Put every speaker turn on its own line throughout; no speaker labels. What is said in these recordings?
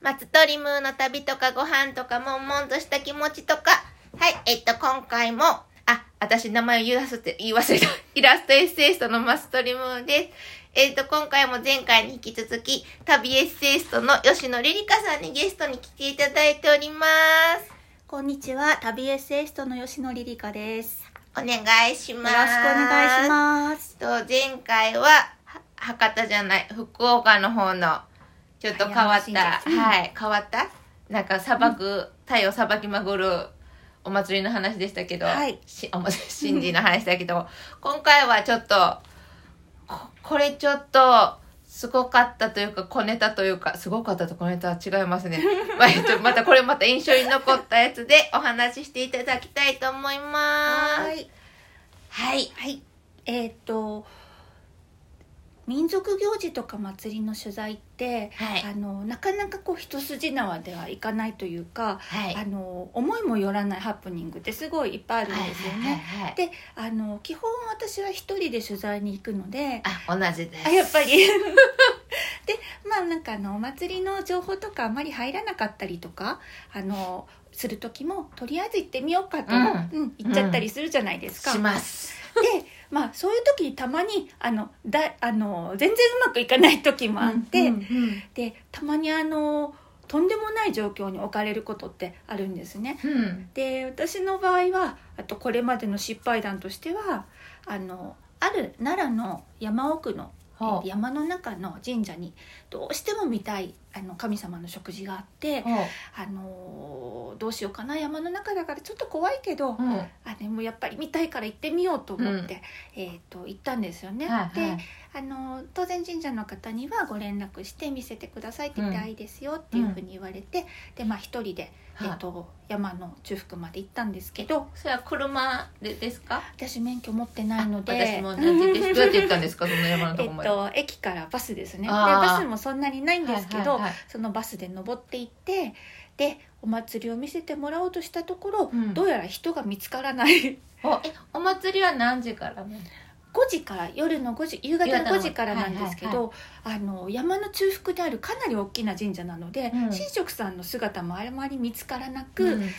松鳥ムーの旅とかご飯とか、悶々とした気持ちとか。はい、えっと、今回も、あ、私名前を言わせて、言い忘れた。イラストエッセイストの松鳥ムーです。えっと、今回も前回に引き続き、旅エッセイストの吉野リリカさんにゲストに来ていただいております。
こんにちは、旅エッセイストの吉野りりかです。よ
お願いし
ろ
ま
し
す。
くお願いします。
と前回はは博多じゃない福岡の方のちょっと変わっ
早
た
回しうん
はい変わったなんか砂漠太をさばきまぐるお祭りの話でしたけど、
はい
しお祭り神事の話だけ ど今回はちょっとここれちょっとすごかったというか小ネタというかすごかったと小ネタは違います ね、まあえっとまたこれまた印象に残ったやつでお話ししていただきたいと思います
はい、
はい
はい、えーっと。民族行事とか祭りの取材って、
はい
あのなかなかこう一筋縄ではいかないというか、
はい
あの思いもよらないハプニングってすごいいっぱいあるんですよね。
はい
であの基本私は一人で取材に行くので、
あ、同じです。
あやっぱり でまあなんかあのお祭りの情報とかあまり入らなかったりとかあのする時もとりあえず行ってみようか
う
と、うんん行っちゃったりするじゃないですか。
します。
でまあそういう時にたまにあのだあの全然うまくいかない時もあって、
うんうん
でたまにあのとんでもない状況に置かれることってあるんですね。
うん
で私の場合はあとこれまでの失敗談としてはあのある奈良の山奥の
ほう
山の中の神社にどうしても見たいあの神様の食事があって、
ほ
あのーどうしようかな山の中だからちょっと怖いけ
う
ど、
うんは
あでもやっぱり見たいから行ってみようと思って、えー、と行ったんですよね。
いはい
であのー当然神社の方にはご連絡して見せてくださいって言って「
うん
あいいですよ」っていうふうに言われて、でまあ一人で、え
は
ー、と山の中腹まで行ったんですけど
それは車でですか？
私免許持ってないので
私も同 じです。どうやって行ったんですか？その山のと
え
こ
っ
まで。
と、駅からバスですねで
あー
バスもそんなにないんですけど、
はいはいはい
そのバスで登っていってでお祭りを見せてもらおうとしたところ、
うん
どうやら人が見つからない
おえお祭りは何時からまで？
5時から夜の5時夕方
夕方
の
の
5時からなんですけど、あの山の中腹であるかなり大きな神社なので、
うん
神職さんの姿もあまり見つからなく、
うん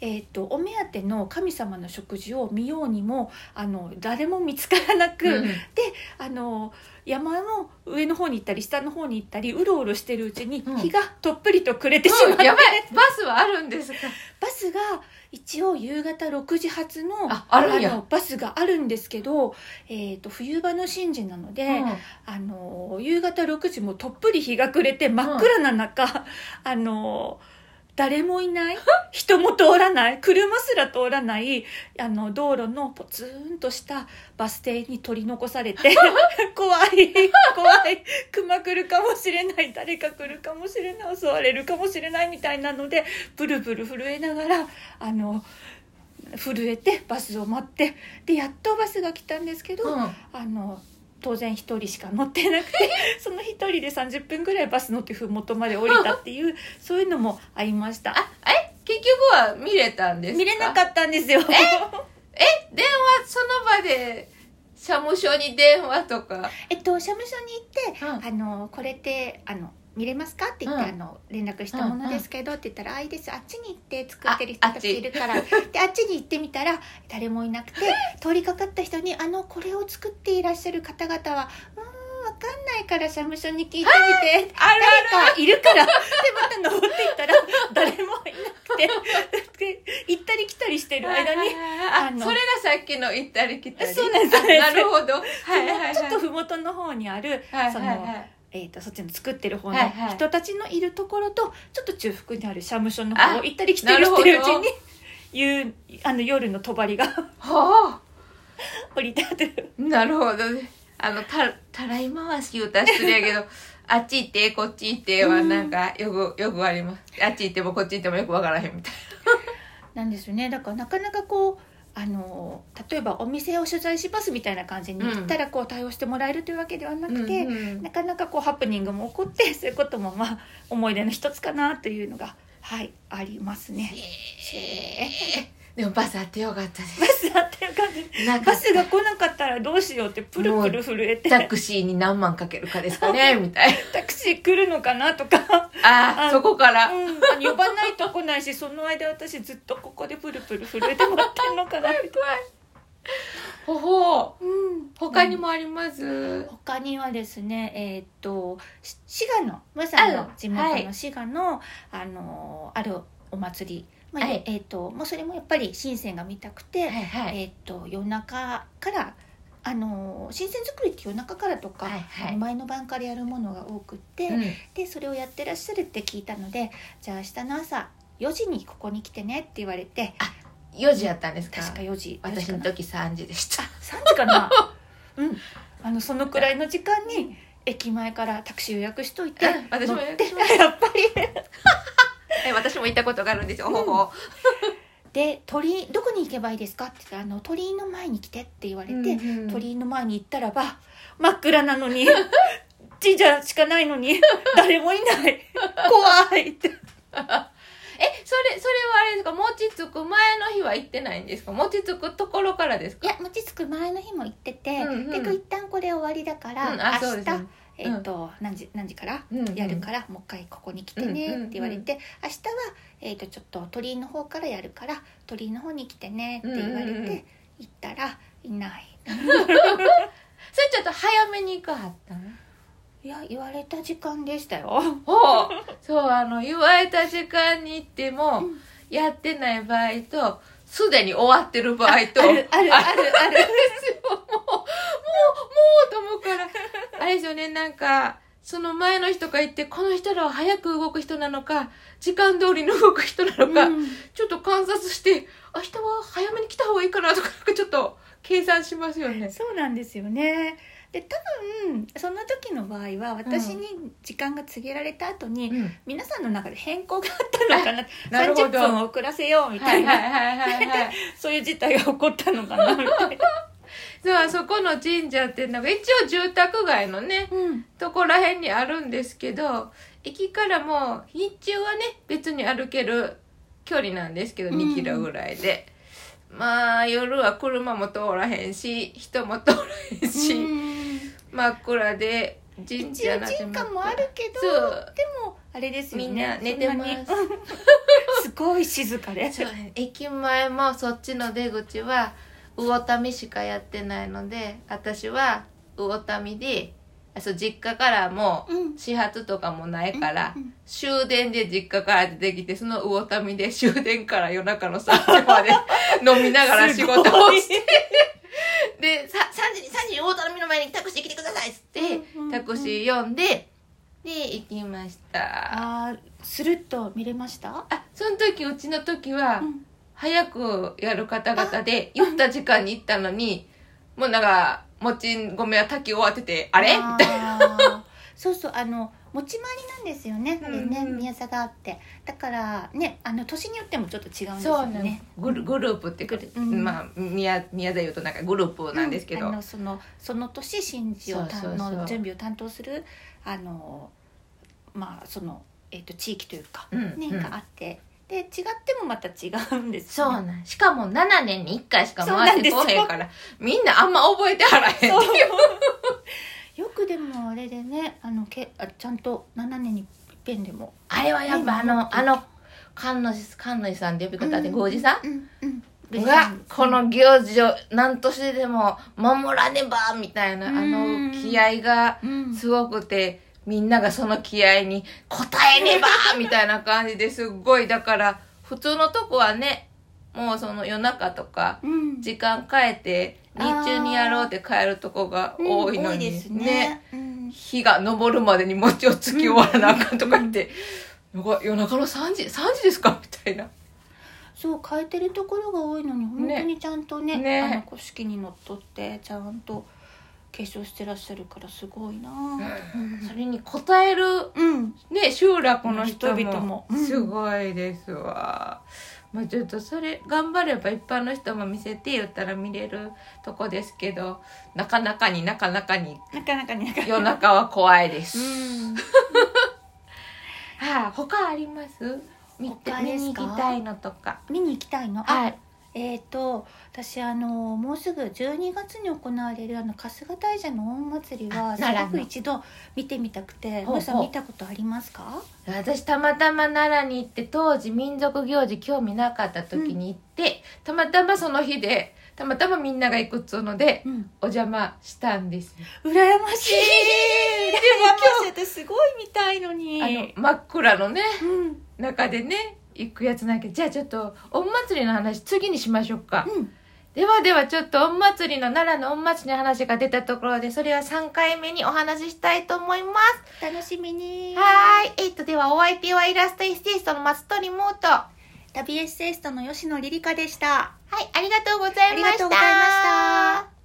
えっとお目当ての神様の食事を見ようにもあの誰も見つからなく。
うん
あの山の上の方に行ったり下の方に行ったりうろうろしてるうちに
うん
日がとっぷりと暮れてしまって、
うんやばい。バスはあるんですか？
バスが一応夕方6時発の
ああるんや
のバスがあるんですけど、えー、と冬場の神事なので、
うん
あの夕方6時もとっぷり日が暮れて真っ暗な中、あの誰もいない人も通らない車すら通らないあの道路のポツンとしたバス停に取り残されて怖い怖い熊来るかもしれない誰か来るかもしれない襲われるかもしれないみたいなのでブルブル震えながらあの震えてバスを待ってでやっとバスが来たんですけど、
うん
あの当然一人しか乗ってなくて その一人で30分ぐらいバス乗って麓まで降りたっていうそういうのもありました
あえ結局は見れたんですか？
見れなか
った。
ったんですよ
え電話その場で社務所に電話とか。
えっと社務所に行って
うん
「あのこれってあの見れますか?」って言って、
う
あの連絡したものですけど、って言ったら「あいいですあっちに行って作ってる人
あ
たちいるから」であっちに行ってみたら誰もいなくて通りかかった人に「あのこれを作っていらっしゃる方々はうーんわかんないから社務所に聞いてみて」
ある
誰かいるからでまた登っていったら誰もいなくてで行ったり来たりしてる間に
あ
あの
それがさっきの行ったり来たり
そうなんですそうな
なん
です
るほどはいはいはい
ちょっとふもとの方にある、
はい
そ
はい
の、
はい
えー、とそっちの作ってる方の
はいはい
人たちのいるところとちょっと中腹にある社務所の方
あ
を行ったり来たりして
なる
るうち
ほど
に夕あの夜の帳が
は
降りたという
あなるほどねあのたたらい回し言うたら失礼やけど あっち行ってこっち行ってはなんかよくよくありますあっち行ってもこっち行ってもよくわからへんみたい
なんですよねだからなかなかこうあの例えばお店を取材しますみたいな感じに行ったらこう対応してもらえるというわけではな
な
くて、
うんうん
なかなかこうハプニングも起こって そういうこともまあ思い出の一つかなというのがはいありますね。
えーでもバスあってよかったで
バ
す。
スあってよかった
なか
バ
っ
スが来なかったらどうしようってプルプル震えて
たタクシーに何万かけるかですかね、みたい
タクシー来るのかなとか、
な。ああ、そこから。
うん、呼ばないと来ないしその間私ずっとここでプルプル震えてもらってんのかなみたいな、
ほほ
うん、
他にもあります。
他にはですねえーっとし滋賀のムさんの地
あは
元
い
の滋賀の、あのあるお祭り、まあ
はい
えーっともうそれもやっぱり深センが見たくて、
いはい。
えーっと夜中からあの新鮮作りって夜中からとか、
はいはい
あの前の晩からやるものが多くって、
うん
でそれをやってらっしゃるって聞いたのでじゃあ明日の朝4時にここに来てねって言われて
4時やったんですか
確か4時
私の
4時かな
時3時でした。
3時かなうんあのそのくらいの時間に駅前からタクシー予約しといて
うん私も
乗
予
っ
約
て
しまし
やっぱり
え私も行ったことがあるんですよ。ほほ
で鳥居どこに行けばいいですかって言ったらあの鳥居の前に来てって言われて、
うん
鳥居の前に行ったらば真っ暗なの に神社しかないのに誰もいない怖いって
えそれそれはあれですか餅つく前の日は行ってないんですか餅つくところからです
い
か
や餅つく前の日も行ってて、
うんうん
で一旦これ終わりだから、
うん
明日、
ね
えっと何時何時から
うんうん
やるから、もう一回ここに来て
うんうん
ね
うん
って言われて、明日は、えー、とちょっと鳥居の方からやるから鳥居の方に来てねって言われて、
うんうんうん
行ったらいない
それちょっと早めに行かはったの
いや言われた時間でしたよ
ほう そうあの言われた時間に行っても、
うん
やってない場合とすでに終わってる場合と
あるあるあるある
ですよもうもうもうと思うからあれですよねなんかその前の人が言ってこの人らは早く動く人なのか時間通りの動く人なのか、
うん
ちょっと観察して明日は早めに来た方がいいかなとかなんかちょっと計算しますよね。
そうなんですよねで多分その時の場合は私に時間が告げられた後に、
うん、
皆さんの中で変更があったのかな
なるほ
30
ど。
分遅らせようみた
はいい
な、
はいはいはい、はい。
そういう事態が起こったのかなみたいな。
そうあそこの神社ってなんか一応住宅街のね
うん
とこら辺にあるんですけど駅からもう日中はね別に歩ける距離なんですけど
うん
2キロぐらいで、まあ夜は車も通らへんし人も通らへんし、真っ暗で
一応
神社なんて
人家もあるけど
そう
でもあれですよね
みんな寝てます
そんな にすごい静かで
そうね駅前もそっちの出口は魚民しかやってないので私は魚民であそう実家からも
うん
始発とかもないから、
うんうん
終電で実家から出てきてその魚民で終電から夜中の3時ま で飲みながら仕事をして
て
でさ3時に3時に魚民の前にタクシー来てくださいっつって、
うんうんうん
タクシー呼んでで行きましたあ
あースルッと見れました
その時うちの時は、
うん
早くやる方々で言った時間に行ったのにもうなんかもち米は炊き終わっててあれみたいな
なそうそうあの持ち回りなんですよね、あれね
うんうん
宮差があってだからねあの年によってもちょっと違うんです
そ
よ
うね
ね
グルグループってか、
うん
まあ宮宮で言うとなんかグループなんですけど、
うんあのそのその年神事を担
そうそうそう
の準備を担当するあのまあその、えっと地域というか、
うん
ね
うん
があってで違ってもまた違うんです
そう
よね、
なんしかも7年に1回しか
そうな
回
ん
って
です
こ
よ
へんからみんなあんま覚えてはらへん
そううよくでもあれでねあのけあちゃんと7年にいっぺんでも
あれはやっぱあ
はい
のあの神主神主さんって呼び方で宮司さん
うんうん
がこの行事を何としてでも守らねばみたいなあ
う
の
ん
気合が。
うん
すごくて、みんながその気合に応えねばみたいな感じですっごい、だから、普通のとこはね、もうその夜中とか、
うん
時間変えて、日中にやろうって帰るとこが多いの
うん多い
に、
ですねうん
日が昇るまでに餅をつき終わらなあかんとか言って、なんか夜中の3時、3時ですかみたいな。
そう変えてるところが多いのに本
ね
当にちゃんとね
ね
あの古式にのっとってちゃんと化粧してらっしゃるからすごいなぁ、
それに応える
うん、
ね集落の人
人々
も
もうん
すごいですわ、まあ、ちょっとそれ頑張れば一般の人も見せて言ったら見れるとこですけどなかなかになかなかに
なかなかになかなか
夜中は怖いです、
うん
はい、他あります見て
他
見
です
に
か
行きたいのとか
見に行きたいの、あ
はい
えっ、と私あのもうすぐ12月に行われるあの春日大社の御祭り
あ
はす
奈良の
ごく一度見てみたくて
ほう
ムーさん
ほう
見たことありますか
私たまたま奈良に行って当時民族行事興味なかった時に行って、たまたまその日でたまたまみんなが行くっつうので
うん
お邪魔したんですよ
羨ましい、
えーで
羨ましい私すごい見たいのに
あの真っ暗のね
うん
中でね行くやつなんやけどじゃあちょっとお祭りの話次にしましょうか、
うん
ではではちょっとお祭りの奈良のお祭りの話が出たところでそれは3回目にお話ししたいと思います
楽しみに
はーいえっとではお相手はイラストエッセイストの松戸リモートは
旅エッセイストの吉野リリカでした
いありがとうございました
ありがとうございました